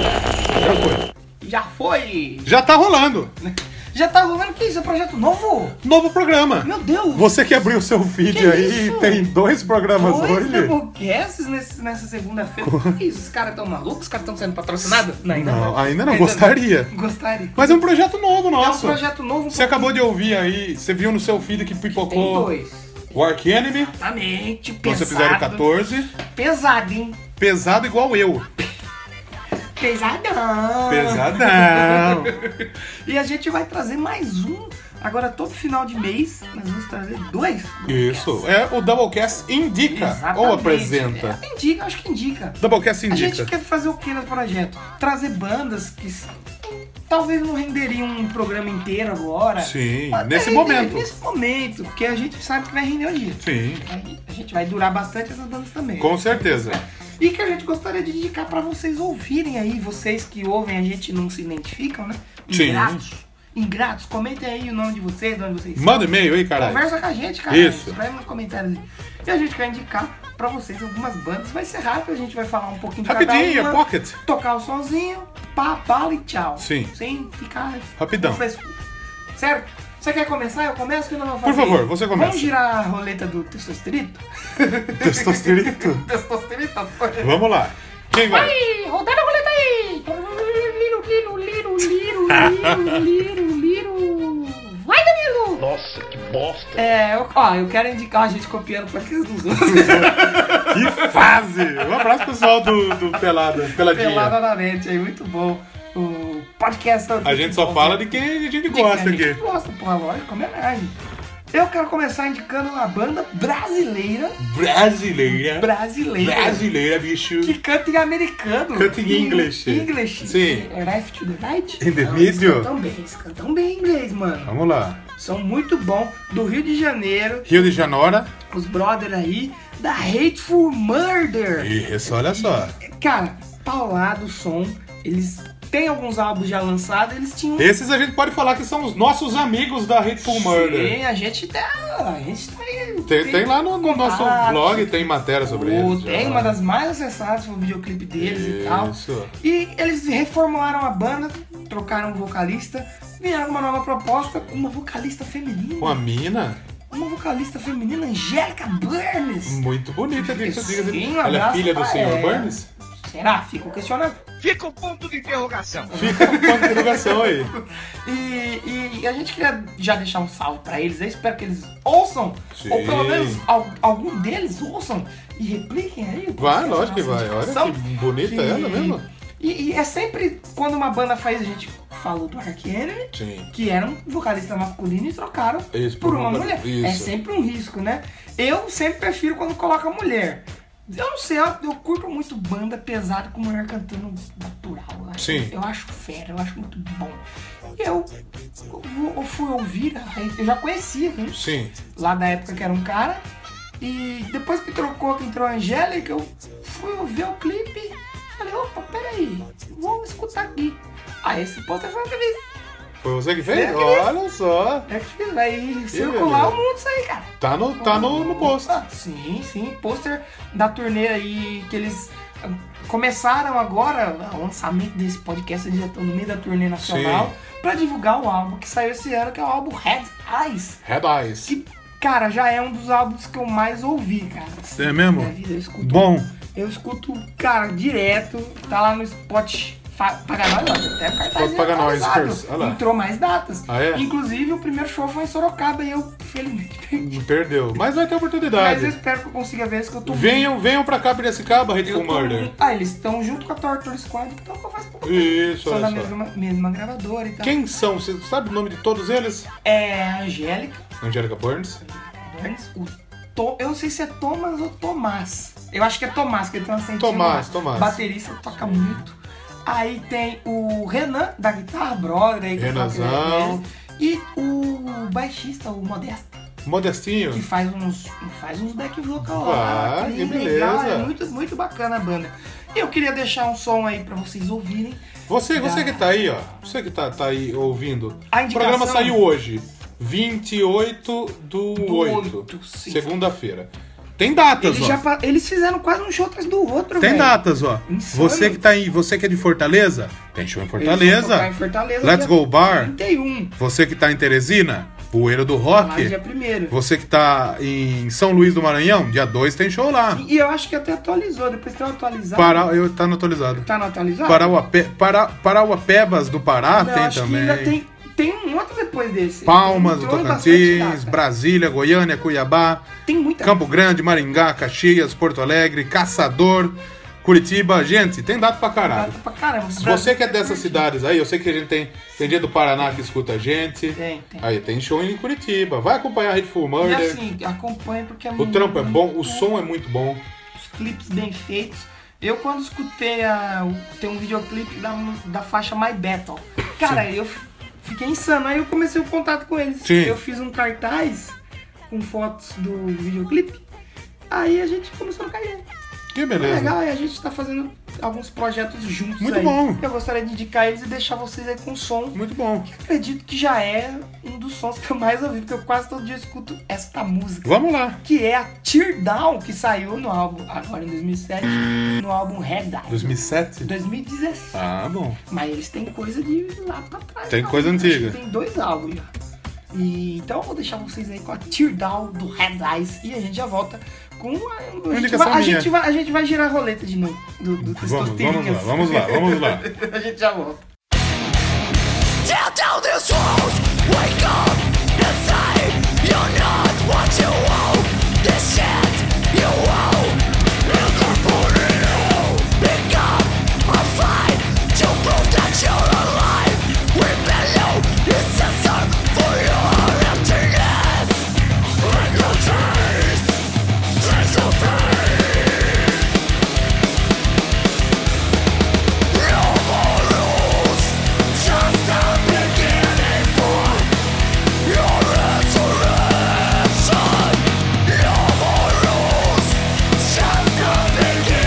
Já foi. Já foi! Já tá rolando. Já tá rolando que isso? É projeto novo? Novo programa. Meu Deus! Você é que abriu seu feed Que aí isso? e tem dois programas Dois hoje. Doublecasts nesse- nessa segunda-feira. Que isso? Os caras tão malucos? Os caras tão sendo patrocinados? Não, ainda Não, ainda não, gostaria. Gostaria. Mas é um projeto novo é um nosso. projeto novo. um Você acabou de ouvir aí, você viu no seu feed que pouquinho- Tem pipocou dois. o Ark Enemy, Exatamente. nosso Pesado. episódio 14, Pesado, hein? pesado igual eu. Pesadão. Pesadão. E a gente vai trazer mais um. Agora, todo final de mês, nós vamos trazer dois. Isso, é o Doublecast indica Exatamente. ou apresenta. É, indica, acho que indica. Doublecast A indica. gente quer fazer o que no projeto? Trazer bandas que s- talvez não renderiam um programa inteiro agora. Sim, Mas nesse render- momento. Nesse momento, porque a gente sabe que vai render o dia. Sim, Aí A gente vai durar bastante essas bandas também. com certeza. E que a gente gostaria de indicar pra vocês ouvirem aí, vocês que ouvem a gente e não se identificam, né? Sim. Ingratos. Ingratos, comentem aí o nome de vocês, de onde vocês são. Manda e-mail aí, caralho. Conversa com a gente, cara. Isso. Escreve nos comentários aí. E a gente vai indicar pra vocês algumas bandas. Vai ser rápido, a gente vai falar um pouquinho de Rapidinho, cada é uma. pocket. Tocar o sonzinho, pá, bala e tchau. Sim. Sem ficar Rapidão. com frescura. Certo? Você quer começar? Eu começo que eu não vou Por fazer. favor, você começa. Vamos girar a roleta do testosterito? Testosterito. testosterito? Vamos lá. Quem vai? Aí, rodando a roleta aí! Liro, liro, liro, liro, liro, liro, liro. Vai, Danilo! Nossa, que bosta! É, eu, ó, eu quero indicar a gente copiando pra aqueles dos outros. Que fase! Um abraço pessoal do, do Pelada, Peladinha. Pelada na net aí, muito bom. O podcast. A gente só fala de quem a gente gosta a gente aqui. Gosta, porra, lógico, homenagem. é Eu quero começar indicando uma banda brasileira. Brasileira. Brasileira. Brasileira, bicho. Que canta em americano. Canta em English. English. Sim. É Life to the Right? In the Não, eles video. Cantam bem, eles cantam bem inglês, mano. Vamos lá. São muito bom. Do Rio de Janeiro, Rio de Janeiro. os brother aí, da Hateful Murder. Isso, olha só. Cara, paulado o som, eles têm alguns álbuns já lançados, eles tinham. Esses a gente pode falar que são os nossos amigos da Hateful Murder. Sim, a gente tá. A gente tá aí. Tem, tem lá no, no nosso Ah, blog, tem matéria sobre Pô, eles. Tem já. uma das mais acessadas, foi o videoclipe deles e tal. Isso. E eles reformularam a banda, trocaram o vocalista, vieram uma nova proposta, uma vocalista feminina. Uma mina Uma vocalista feminina, Angélica Burns. muito bonita, diga-se. Sim, diga-se. um Ela é abraço filha do pra senhor ela. Burns? Será? Fica o questionamento. Fica o ponto de interrogação. Fica com a interrogação aí. E, e- e a gente queria já deixar um salve pra eles. Eu espero que eles ouçam, Sim. ou pelo menos al- algum deles ouçam e repliquem aí. o Vai, podcast, lógico que nossa vai. Olha indicação. que bonita Que- ela mesmo. E, e é sempre quando uma banda faz, a gente falou do Ark Enemy, Sim. que era um vocalista masculino e trocaram Isso, por uma mulher. É Isso. sempre um risco, né? Eu sempre prefiro quando coloca mulher. Eu não sei, eu, eu curto muito banda pesada com mulher cantando natural. Eu acho, Sim. Eu acho fera, eu acho muito bom. E eu, eu vou- eu fui ouvir, a- eu já conhecia, né? Sim. lá da época que era um cara. E depois que trocou, que entrou a Angélica, eu fui ver o clipe. Falei, opa, peraí, vou escutar aqui. Aí esse pôster foi o que eu fiz. Foi você que Eu fez? É que fiz. Olha só. É que fiz. Vai circular beleza. o mundo isso aí, cara. Tá no, tá no, no post. Ah, Sim, sim. Pôster da turnê aí que eles ah, começaram agora, o lançamento desse podcast, eles já estão no meio da turnê nacional, pra divulgar o álbum que saiu esse ano, que é o álbum Red Eyes. Red Eyes. Que, cara, já é um dos álbuns que eu mais ouvi, cara. Assim, É mesmo? na vida, eu escuto, Bom. eu escuto, cara, direto. Tá lá no Spotify. Paga nós, ó, tem até o cartaz. Paga Nós, Curse, olha lá. Entrou mais datas. Ah, é? Inclusive, o primeiro show foi em Sorocaba e eu, felizmente, perdi. Perdeu. Mas vai ter Mas oportunidade. eu espero que eu consiga ver isso que eu tô Venham, venham pra cá, Piracicaba, Rede Eu com tô Murder. muito- Ah, eles estão junto com a Torture Squad, então eu faço pouco. Isso, São da olha só. mesma, mesma gravadora e tal. Quem são? Você sabe o nome de todos eles? É a Angélica Angélica Burns. Burns, o Tom, eu não sei se é Thomas ou Tomás. Eu acho que é Tomás, que ele tem um acentinho. Tomás, lá. Tomás. Baterista, toca muito. Aí tem o Renan, da Guitarra Brother. Aí, que eu toco Renanzão. ele. E o baixista, o Modesto, Modestinho. que faz uns, faz uns back vocal lá. Ah, que bem legal, beleza. É muito, muito bacana a banda. E eu queria deixar um som aí pra vocês ouvirem. Você, você que tá aí, ó. Você que tá, tá aí ouvindo. A O indicação- programa saiu hoje. 28 do, Do 8. oito, sim. Segunda-feira. Tem datas, Eles, ó. já fa- eles fizeram quase um show atrás do outro, Tem velho. datas, ó. Insano. Você que tá aí, você que é de Fortaleza, tem show em Eles vão tocar em Fortaleza. Fortaleza Let's dia Go Bar. 31. Você que tá em Teresina, Poeira do Lá dia Rock. 1 Você que tá em São Luís do Maranhão, dia 2 tem show lá. E eu acho que até atualizou, depois tem um atualizado. Pará, eu tá no atualizado. Tá no atualizado? Parauapé, Pará, Parauapebas do Pará Não, tem acho também. Que ainda tem, tem um outro depois desse. Palmas do Entrou em bastante Tocantins, data. Brasília, Goiânia, Cuiabá, Tem muita Campo Grande, Maringá, Caxias, Porto Alegre, Caçador, Curitiba. Gente, tem data pra caralho. data pra caramba. Se você que é dessas cidades aí, eu sei que a gente tem, tem dia do Paraná que escuta a gente. Tem, tem. Aí tem show em Curitiba. Vai acompanhar a Rede Full E Murder. assim, acompanha porque é o muito- trampo é bom, o muito- som é muito bom. Os clipes bem feitos. Eu quando escutei a, o- tem um videoclipe da, da faixa My Battle. Cara, eu f- fiquei insano. Aí eu comecei o contato com eles. Sim. Eu fiz um cartaz com fotos do videoclipe. Aí a gente começou a cair. Que Foi beleza. É legal, e a gente tá fazendo alguns projetos juntos Muito aí. bom. Eu gostaria de indicar eles e deixar vocês aí com o som. Muito bom. Acredito que já é um dos sons que eu mais ouvi, porque eu quase todo dia escuto esta música. Vamos lá. Que é a Tear Down, que saiu no álbum, agora em 2007, no álbum Red Eye. 2007? 2017. Ah, bom. Mas eles têm coisa de lá pra trás. Tem não. coisa Acho antiga. que Tem dois álbuns já. E, então eu vou deixar vocês aí com a Tear Down do Red Eyes e a gente já volta com a, a, gente, indicação vai, a, minha. gente vai, a gente vai girar a roleta de novo do, do Vamos, vamos lá, Testosterinhas. vamos lá, vamos lá. a gente já volta. Tear down this house, wake up and say you're not what you owe. This shit you owe. And they're putting you. Pick up a fight to prove that you're alive. We below this system for your emptiness. Break your chains, change your fate. No more rules, just the beginning for your resurrection. No more rules, just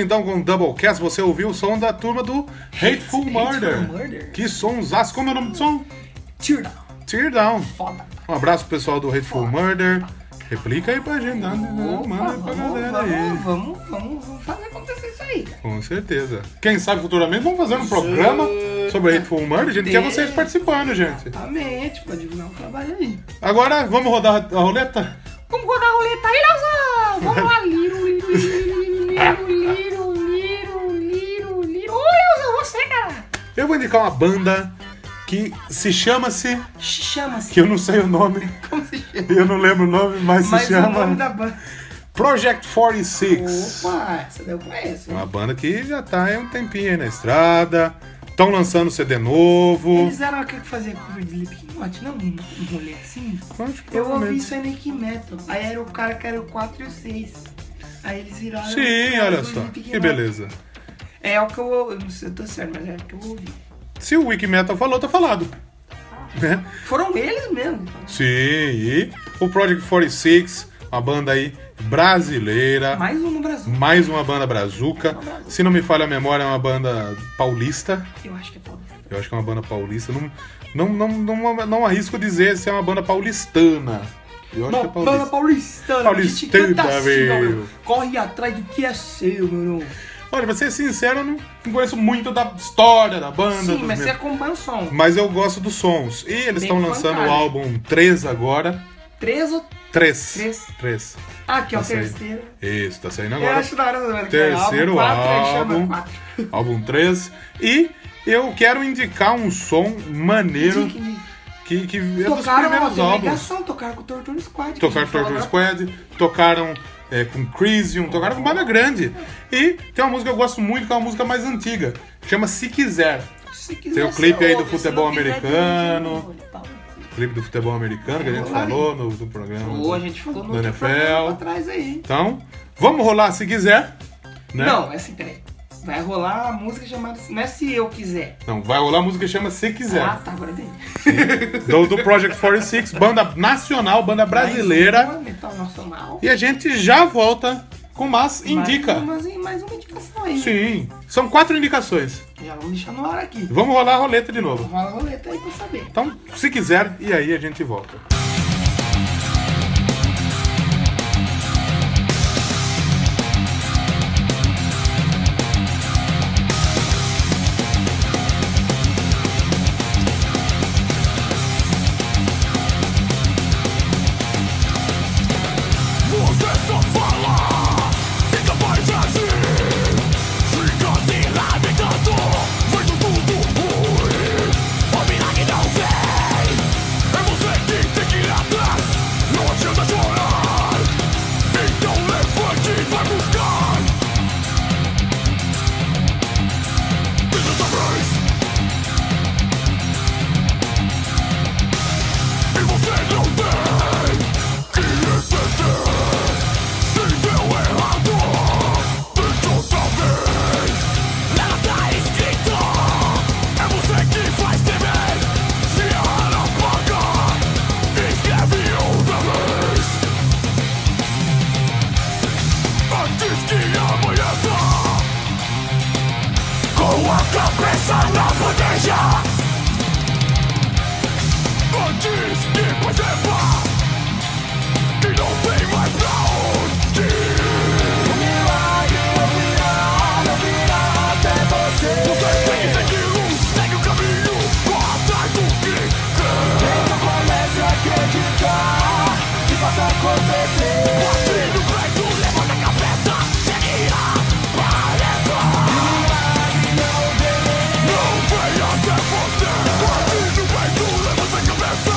então com Doublecast. Você ouviu o som da turma do Hateful, Hateful Murder. Murder. Que sonsaço. Como é o nome do som? Teardown. Tear Down. Foda. Um abraço pro pessoal do Hateful Murder. Replica aí pra gente, né? manda aí pra vamos, galera aí. vamos, vamos, vamos, vamos fazer acontecer isso aí, cara. Com certeza. Quem sabe futuramente vamos fazer um programa sobre Hateful Murder. A gente quer vocês participando, gente. Exatamente, pra divulgar o trabalho aí. Agora vamos rodar a roleta? Vamos rodar a roleta aí, Nelson! Vamos lá, liro, liro, liro, liro, liro, liro, liro, liro. Ô, Nelson, você, cara! Eu vou indicar uma banda que se chama-se. Chama-se. Que eu não sei o nome. Como se chama? Eu não lembro o nome, mas, Mas se o chama nome da banda. Project 46. Opa, essa daí eu conheço. É Uma banda que já tá aí um tempinho aí na estrada. Estão lançando CD novo. Eles eram aquele que fazia cover de Slipknot, não um um rolê assim? Mas, tipo, Eu ouvi provavelmente- isso aí no Ike Metal. Aí era o cara que era o 4 e o 6. Aí né? eles viraram. Sim, os olha dois só. Que Slipknot. beleza. É o que eu ouvi. Eu não sei se eu tô certo, mas é o que eu ouvi. Se o Wikimetal falou, tá falado. Ah. Né? Foram eles mesmo. Sim, e o Project 46, uma banda aí brasileira. Mais um no Brasil. Mais uma banda brazuca. Se não me falha a memória, é uma banda paulista. Eu acho que é paulista. Eu acho que é uma banda paulista. Não, não, não, não, não arrisco dizer se é uma banda paulistana. Eu acho que é paulista. Banda paulistana, Paulistana, que te canta assim, meu. ó, meu. Corre atrás do que é seu, meu irmão. Olha, pra ser sincero, eu não não conheço muito da história da banda. Sim, dos mas você membros. acompanha o som. Mas eu gosto dos sons. E eles Bem estão lançando o pancada. álbum 3 agora. Três ou. Três. Três. Três. Ah, aqui, ó, Essa aí. terceiro. Isso, tá saindo Eu Tá agora. acho da hora também. Terceiro álbum. Chama quatro. Álbum 3. E eu quero indicar um som maneiro Dick, Dick. que, que é dos Tocaram ó, primeiros tem álbuns. negação, tocaram com o Torture Squad. Tocaram que a gente Torture falou Squad, tocaram é, com Crisium, tocaram com banda grande. E tem uma música que eu gosto muito, que é uma música mais antiga. Chama Se Quiser. agora. Se quiser, Tem o você clipe aí do ouve, se futebol não quiser, americano. tem um jeito, olha, Clipe do futebol americano que a gente Olá, falou no, no programa. pau. do- Ou a gente falou no da outro NFL. programa pra trás aí, hein? Então, vamos rolar se quiser. Né? Não, é assim, peraí. Vai rolar a música chamada. Não é se eu quiser. Não, Então, vai rolar a música que chama Se Quiser. Ah, tá, agora entendi. Do, do Project 46, banda nacional, banda brasileira. Mais um metal nacional. E a gente já volta com Mas Mais Indica. uma, mais uma indicação aí. né? Sim, são quatro indicações. Já vamos deixar no ar aqui. Vamos rolar a roleta de novo. Rola a roleta aí pra saber. Então, se quiser, e aí a gente volta. Você só fala e capaz de agir Fica se lamentando, vendo um tudo ruim O milagre não vem É você que tem que ir atrás Não adianta chorar Então levante e vai buscar Diz dessa vez E você não tem que entender Se deu errado, tente outra vez Nada tá escrito É você que faz temer Se errar não paga Escreve outra vez Antes que amanheça Com a cabeça na bandeja Antes que perceba que não tem mais pra onde ir. O milagre não virá, não virá até você. Você tem que segui-lo, segue o caminho, corra atrás do que quer. Então comece a acreditar e faça acontecer. Bate no peito, levanta a cabeça, chegue a pareça. O milagre não vem, não vem até você. Bate no peito, levanta a cabeça.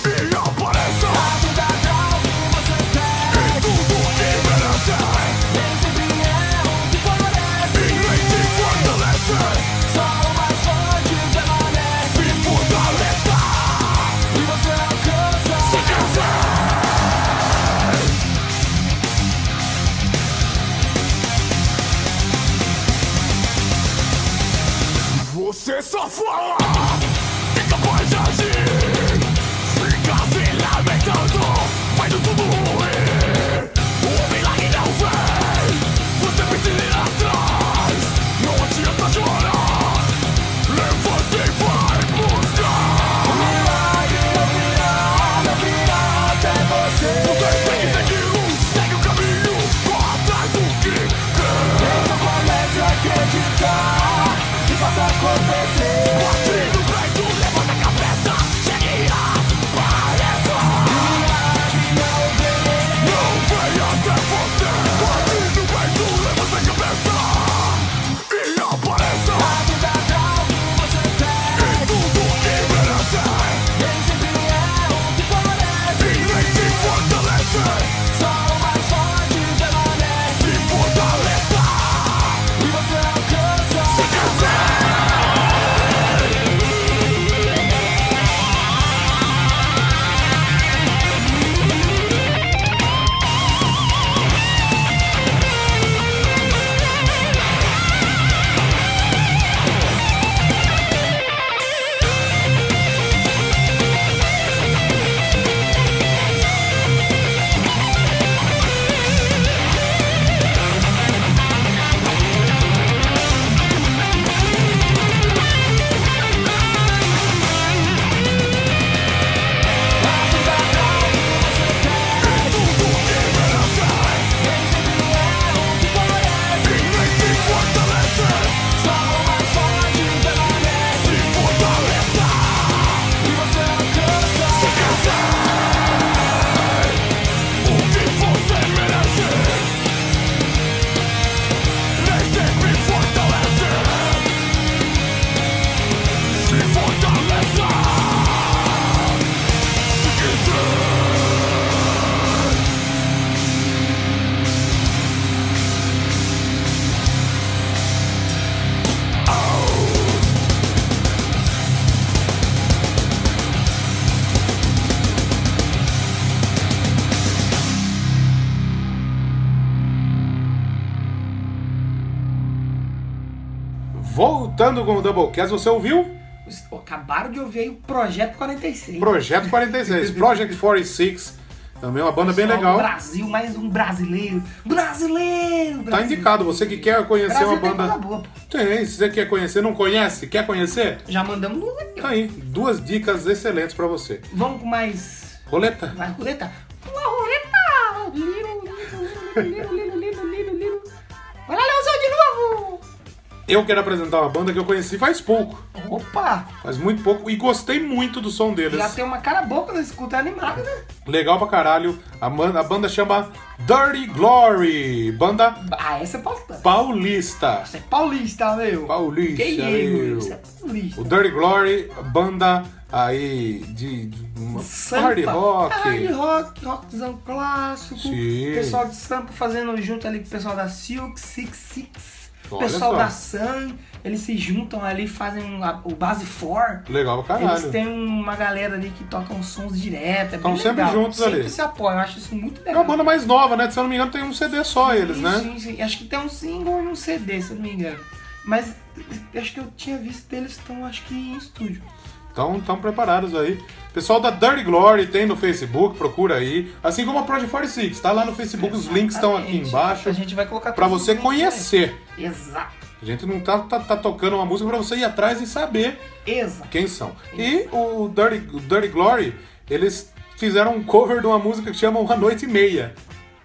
E apareça A vida dá o que você quer E tudo que merece Nem sempre é o que parece E nem te fortalece Só o mais forte permanece Se fortaleça E você alcança Se quiser Você só fala Incapaz de agir Fica se lamentando Faz tudo ruim O milagre não vem Você precisa Voltando com o Doublecast, você ouviu? Os- Acabaram de ouvir aí o Projeto 46. Projeto 46, Project 46. Também é uma banda bem Só legal. Brasil, mais um brasileiro. Brasileiro! Tá brasileiro. indicado, você que quer conhecer Brasil uma tem coisa banda. boa, pô. Tem, se você quer conhecer, não conhece? Quer conhecer? Já mandamos um aqui, ó. Tá aí, duas dicas excelentes pra você. Vamos com mais. Roleta? Mais roleta? Uma roleta! Liro, liro, liro, liro, liro, liro, liro. Vai lá, Leozão, Eu quero apresentar uma banda que eu conheci faz pouco, de novo! Opa! faz muito pouco, e gostei muito do som deles. Já tem uma cara boa quando escuta animado, né? Legal pra caralho. A, man- a banda chama Dirty Glory, banda Ah, essa é paulista. paulista. Essa é paulista, meu. Paulista, Que meu. isso? Isso é paulista. O Dirty Glory, banda aí de, de uma Sampa. hard rock. Hard rock, rockzão clássico. Sim. Pessoal de Sampa fazendo junto ali com o pessoal da Silk, Six Six. Olha pessoal só. da Sun. Eles se juntam ali, fazem um- a- o Base 4. Legal pra Eles caralho. têm uma galera ali que toca uns sons direto. É Tão bem sempre legal. juntos sempre ali. se apoiam. Eu acho isso muito É uma legal. banda mais nova, né? Se eu não me engano, tem um CD só eles, sim, né? Sim, sim. Acho que tem um single e um CD, se eu não me engano. Mas eu acho que eu tinha visto eles estão, acho que em estúdio. Então, estão preparados aí. Pessoal da Dirty Glory tem no Facebook, procura aí. Assim como a Project 46, tá lá no Facebook, os links estão aqui Exatamente. embaixo A gente vai colocar pra todos os você links, né? conhecer. Exato. A gente não tá, tá, tá tocando uma música pra você ir atrás e saber Exato. quem são. E o Dirty, o Dirty Glory, eles fizeram um cover de uma música que chama Uma Noite e Meia.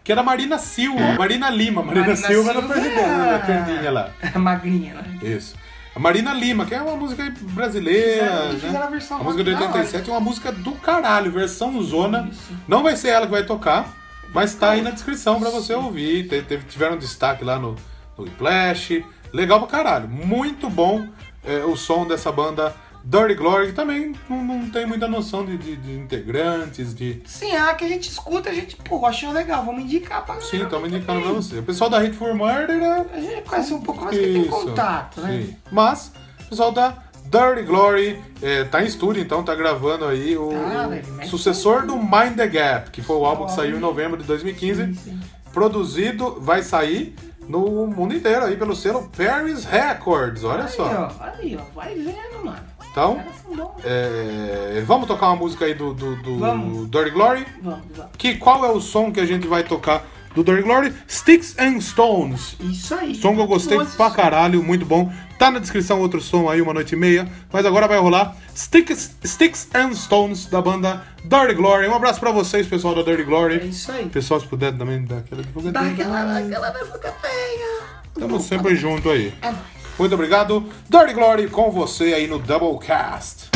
Que era Marina Silva, Marina Lima. Marina, Marina Silva é era a Silva. presidenta, a queridinha né, lá. Magrinha, né? Isso. A Marina Lima, que é uma música brasileira. Fizeram- né? fizeram a versão música de da hora. 87 é uma música do caralho, versão zona. Isso. Não vai ser ela que vai tocar, mas tá aí na descrição pra você ouvir. Te- teve- tiveram destaque lá no, no Whiplash. Legal pra caralho. Muito bom é, o som dessa banda Dirty Glory, que também não, não tem muita noção de, de- de integrantes, de. Sim, é a que a gente escuta, a gente, pô, achou legal, vamos indicar pra Sim, galera. estamos indicando pra você. O pessoal da Hit for Murder é A gente conhece um pouco mais que tem Isso, contato, né? sim. Mas, o pessoal da Dirty Glory é, tá em estúdio, então tá gravando aí o Tá, velho, mas- sucessor do Mind the Gap, que foi o álbum que Olha. saiu em novembro de 2015. Sim, sim. Produzido, vai sair no mundo inteiro aí pelo selo Paris Records, olha Aí, só. ó, aí, ó, vai vendo, mano. Os Então, caras são bons. é, vamos tocar uma música aí do, do, do Vamos. Dirty Glory? Vamos, vamos. Que qual é o som que a gente vai tocar do Dirty Glory? Sticks and Stones. Isso aí. Som que eu gostei Nossa, pra caralho, muito bom. Tá na descrição outro som aí, uma noite e meia. Mas agora vai rolar Sticks, Sticks and Stones da banda Dirty Glory. Um abraço pra vocês, pessoal da Dirty É Glory. isso aí. Pessoal, se puder também dar aquela Dá divulgadinha. aquela, aquela bifurcateia. Tamo sempre junto aí. É nóis. Muito obrigado. Dirty Glory com você aí no Doublecast.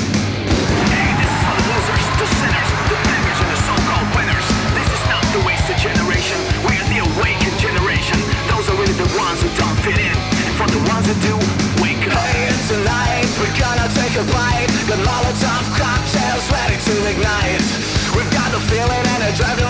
This is for the losers, the sinners, the beggars, and the so-called winners. This is not the wasted generation. We are the awakened generation. Those are really the ones who don't fit in. And for the ones who do, wake up. Hey, it's alive, we're gonna take a bite. Got Molotov cocktails ready to ignite. We've got the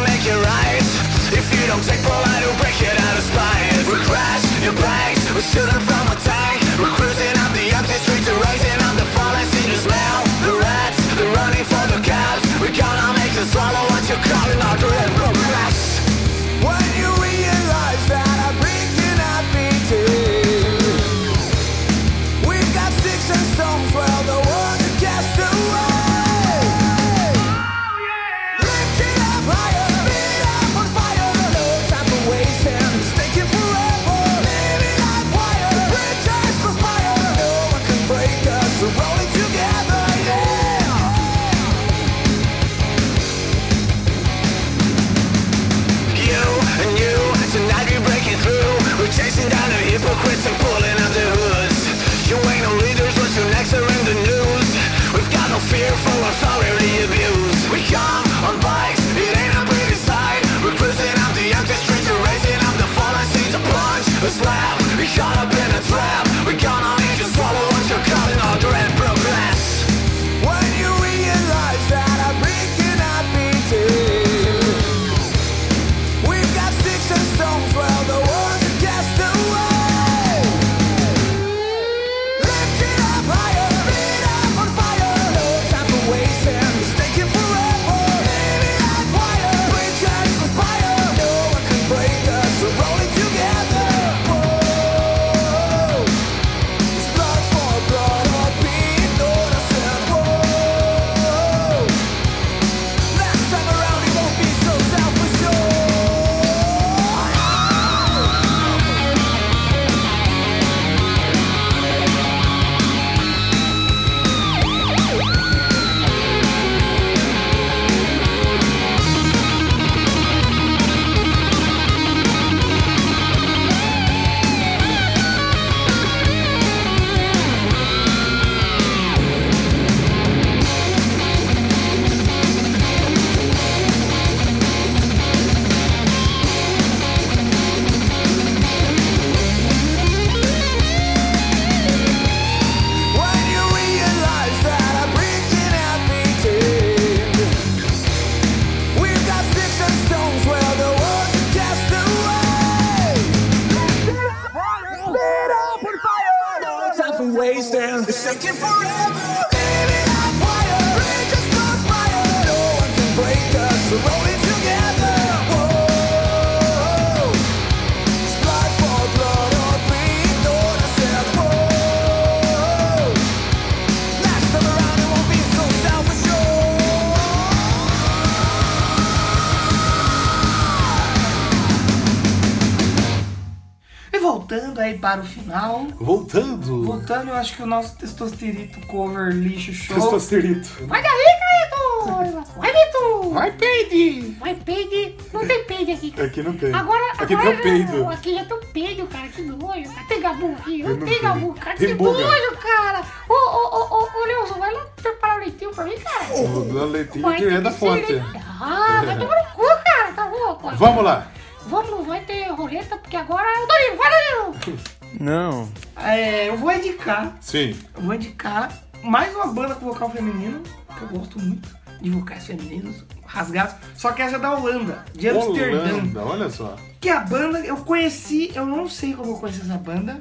aí para o final. Voltando. Voltando, eu acho que o nosso testosterito cover lixo show. Testosterito. Vai daí, Caíto! Vai, Vitor! Vai, Peide! Mas peide, não tem peide aqui. cara. Aqui não tem. Agora, Aqui agora tem o peido. Aqui já tem o peido, cara, que nojo. Cara. Tem gabu aqui, Eu não não tem tenho. gabu, cara, um Tem que buga. nojo, cara. Ô, ô, ô, ô, ô, Leonzo, vai lá preparar o leitinho pra mim, cara. O leitinho Vai ter direto é da que ser, fonte. né? Ah, vai tomar no cu, cara, tá louco. Vamos lá. Vamos, vai ter roleta, porque agora é o Danilo, vai Danilo. É, eu vou indicar, Sim. eu vou indicar mais uma banda com vocal feminino, que eu gosto muito de vocais femininos, rasgados. Só que essa é da Holanda, de Amsterdã. Holanda, olha só. Que é a banda, eu conheci, eu não sei como eu conheci essa banda.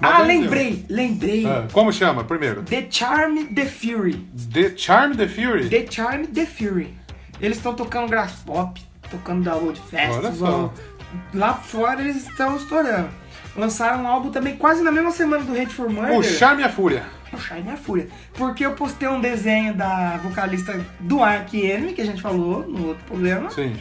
Mas ah, conheceu. lembrei, lembrei. Ah, como chama, primeiro? The Charm The Fury. The Charm the Fury? The Charm The Fury. Eles estão tocando grass pop, tocando da World Olha Festival. só. Lá fora eles estão estourando. Lançaram um álbum também quase na mesma semana do Hate for Murder. O Charme e a Fúria. O Shine é a Fúria. Porque eu postei um desenho da vocalista do Ark Enemy, que a gente falou no outro problema. Sim.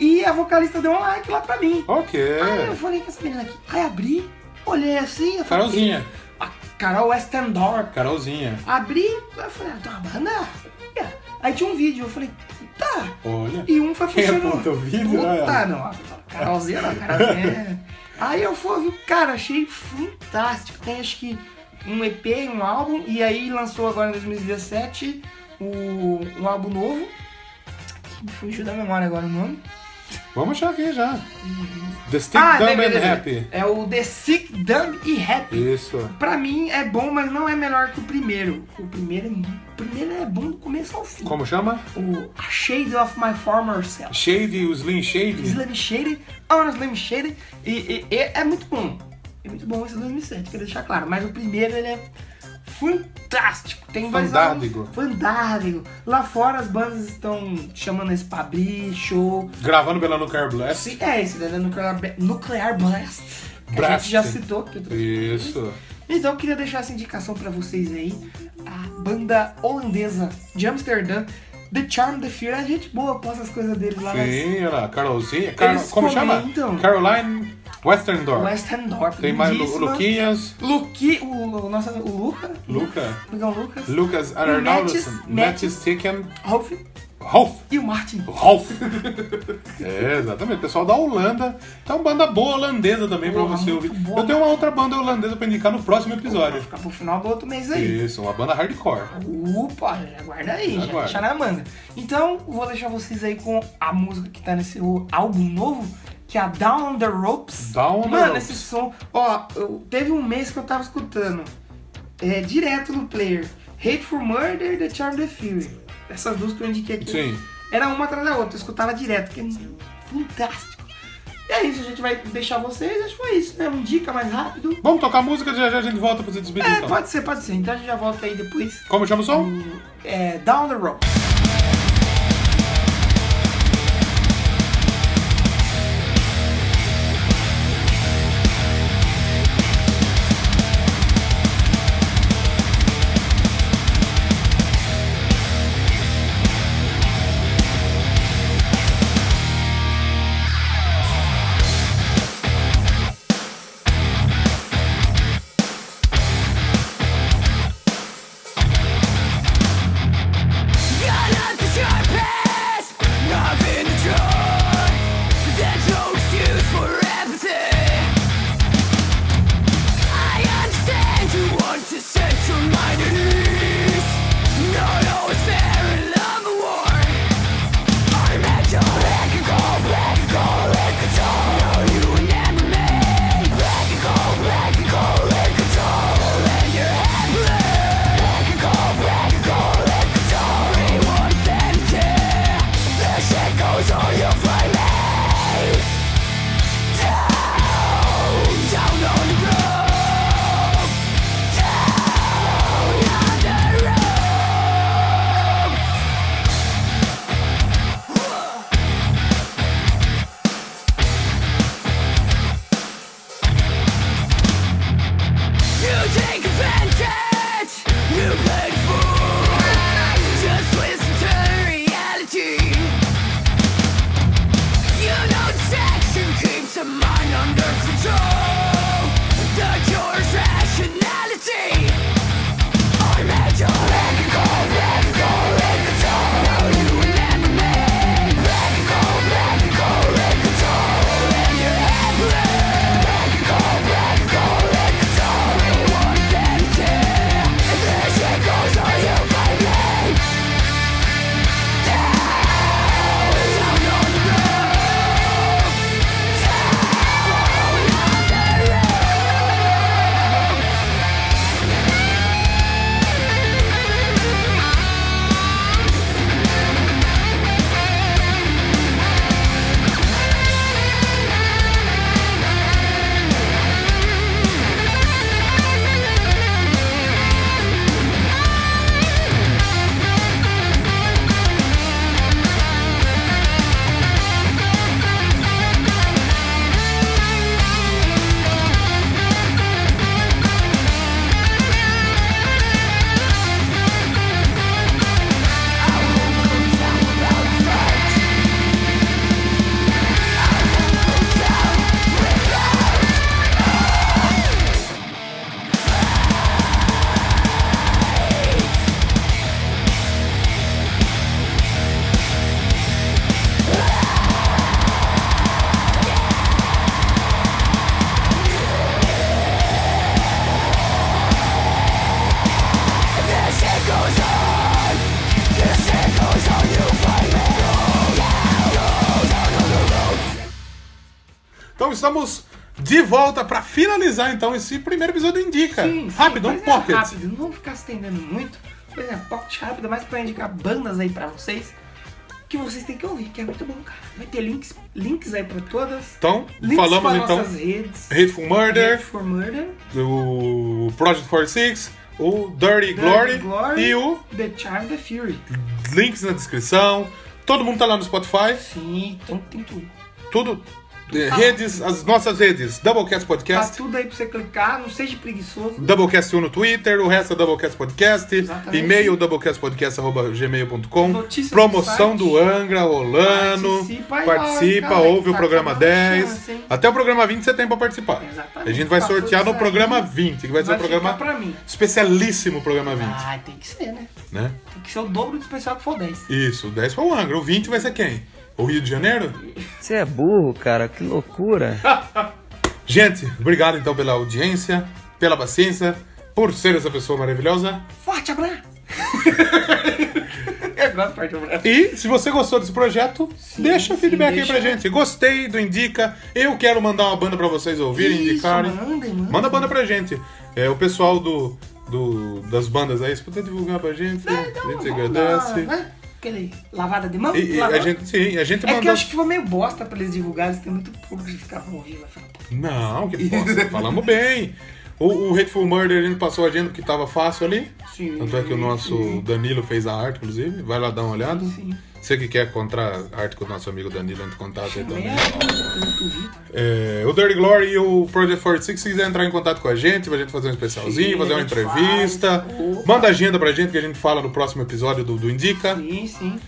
E a vocalista deu um like lá pra mim. Ok. Aí Ah, eu falei com essa menina aqui. Aí abri, olhei assim. Eu falei, Carolzinha. A Carol Westendorp. Carolzinha. Abri, eu falei, ah, tem uma banda? É. Aí tinha um vídeo, eu falei, tá. Olha. E um foi Quem puxando. aponta o vídeo, Puta, né? não. Carolzinha não, Carolzinha. é- Aí eu fui, ouvir, cara, achei fantástico. Tem acho que um EP, um álbum, e aí lançou agora em 2017 o, um álbum novo. que me Fugiu da memória agora o nome. Vamos achar aqui já. The Stick Ah, Dumb lembrei, and lembrei. Happy. É o The Sick, Dumb e Happy. Isso. Pra mim é bom, mas não é melhor que o primeiro. O primeiro, é mu- o primeiro é bom do começo ao fim. Como chama? o A Shade of My Former Self. Shade, o Slim Shade. Slim Shady, Ana Slim Shady, e, e- e é muito bom. É muito bom esse 2007, quero deixar claro. Mas o primeiro, ele é fantástico. Tem dois Fandástico. álbuns- Fandástico. Lá fora, as bandas estão chamando esse pra abrir, show. Gravando pela Nuclear Blast. Sim, é esse, né? Nuclear, Nuclear Blast. Que a Blast. gente já citou. Que eu tô... Isso. Então eu queria deixar essa indicação pra vocês aí. A banda holandesa de Amsterdã, The Charm, The Fear. A gente boa, posta as coisas deles lá na Sim, olha lá. Carolzinha. Car- Eles Como chama? comentam. Caroline Western Door. West End Dorp. Tem mais Lu- lindíssima. Luquinhas. Luqui, o, o nosso o Luca. Luca. Amigão Lucas. Lucas Mattis- Arnaldson. Matt Mattis. Sticken. Rolf Rolf. e o Martin. Rolf. é, exatamente. Pessoal da Holanda. Então, banda boa holandesa também pra Porra, você muito ouvir. boa. Eu tenho uma outra banda holandesa pra indicar no próximo Vai episódio. ficar pro final do outro mês aí. Isso, uma banda hardcore. Opa, já guarda aí, já, guarda. deixa na manga. Então, vou deixar vocês aí com a música que tá nesse o- álbum novo, que é a Down on the Ropes. Down on the Mano, Ropes. esse som, ó, eu- teve um mês que eu tava escutando é, direto no player. Hate for Murder e The Charm the Fury. Essas duas que eu indiquei aqui. Sim. Era uma atrás da outra, eu escutava direto, que é fantástico. E é isso, a gente vai deixar vocês, acho que foi isso, né? Um dica mais rápido. Vamos tocar música já já a gente volta pra se despedir É, então. pode ser, pode ser. Então a gente já volta aí depois. Como chama o som? É, Down the Road. Yeah. Então, estamos de volta pra finalizar então esse primeiro episódio do Indica. Sim, sim, rápido, um mas é pocket. rápido, não vamos ficar se estendendo muito. Pois é, pocket rápido, mas pra indicar bandas aí pra vocês que vocês têm que ouvir, que é muito bom, cara. Vai ter links, links aí pra todas. Então, Links falamos para então nossas redes. Hateful Hate Murder, for Murder, o Project 46, o Dirty, Glory, Dirty Glory e o The Charm The Fury. links na descrição. Todo mundo tá lá no Spotify, Sim, então tem tudo. tudo. É. eh, Redes, as nossas redes, Doublecast Tá Podcast, tudo aí pra você clicar, não seja preguiçoso. Doublecast 1 no Twitter, o resto é Doublecast Podcast, Tá. Exatamente. e-mail doublecastpodcast.gmail.com, Notícias do promoção site. do Angra, Rolando, Participa aí, participa, cara, ouve o tá programa acabando a 10, chance, hein? até o programa 20 você tem pra participar. Exatamente. A gente vai Tá tudo sortear no certo. programa 20, que vai ser Vai o programa ficar pra mim. especialíssimo programa 20, Ah, tem que ser, né? né? Tem que ser o dobro do especial que for 10. Isso, o 10 foi o Angra, o 20 vai ser quem? O Rio de Janeiro? Você é burro, cara, que loucura. Gente, obrigado então pela audiência, pela paciência, por ser essa pessoa maravilhosa. Forte abraço! Eu gosto de forte abraço. E se você gostou desse projeto, deixa o sim, feedback deixa. aí pra gente. Gostei do Indica, eu quero mandar uma banda pra vocês ouvirem, Isso, indicarem. mandem, mandem. Manda banda pra gente. É, o pessoal do, do- das bandas aí, se puder divulgar pra gente, a gente agradece. né? Aquele lavada de mão? E, e a lavada. gente, sim, a gente É que manda. eu acho que foi meio bosta pra eles divulgarem, tem muito público que ficava ouvindo. vai falar, pô, Não, que bosta, falamos bem. O, o Hateful Murder a gente passou a agenda porque tava fácil ali. Sim. Tanto é que o nosso Danilo fez a arte, inclusive. Vai lá dar uma olhada. Sim. Você que quer encontrar a arte com o nosso amigo Danilo, entre em contato aí também. merda, tanto vídeo. É, o Dirty Glory e o Project 46, se quiser entrar em contato com a gente, pra gente fazer um especialzinho, Sim, fazer a uma gente entrevista. faz. Opa. Manda agenda pra gente que a gente fala no próximo episódio do, do Indica. Sim, sim.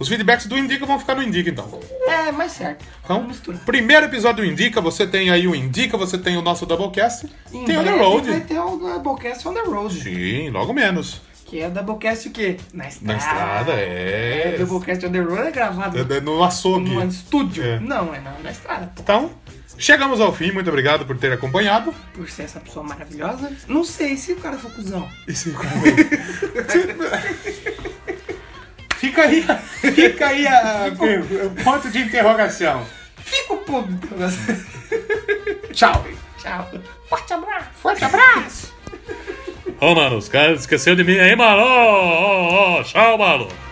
Os feedbacks do Indica vão ficar no Indica, então. É, mais certo. Então, mistura. primeiro episódio do Indica, você tem aí o Indica, você tem o nosso Doublecast, Em tem o The breve Vai Road. ter o Doublecast on the road. Sim, logo menos. Que é o Doublecast o quê? Na estrada. Na estrada, Ah. é. É, o Doublecast on the road é gravado É, é No açougue. num estúdio. É. Não, é na, na estrada, pô. Então, chegamos ao fim. Muito obrigado por ter acompanhado. Por ser essa pessoa maravilhosa. Não sei se o cara for cuzão. E se- Fica aí, fica aí a, o ponto de interrogação. Fica o povo. Tchau. Tchau. Forte abraço! Forte abraço. Ô, mano, os caras esqueceram de mim aí, mano. Ô, ô, ô, tchau, mano.